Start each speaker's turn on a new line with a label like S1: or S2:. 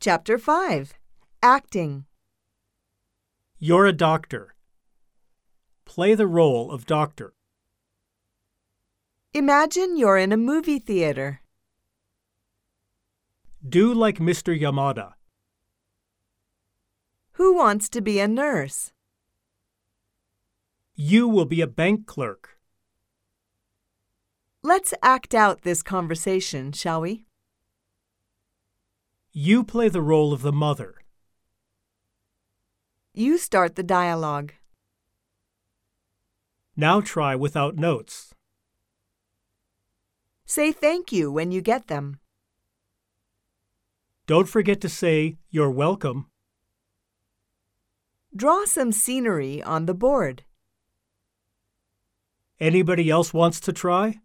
S1: Chapter 5 Acting
S2: You're a doctor. Play the role of doctor.
S1: Imagine you're in a movie theater.
S2: Do like Mr. Yamada.
S1: Who wants to be a nurse?
S2: You will be a bank clerk.
S1: Let's act out this conversation, shall we?
S2: You play the role of the mother.
S1: You start the dialogue.
S2: Now try without notes.
S1: Say thank you when you get them.
S2: Don't forget to say, You're welcome.
S1: Draw some scenery on the board.
S2: Anybody else wants to try?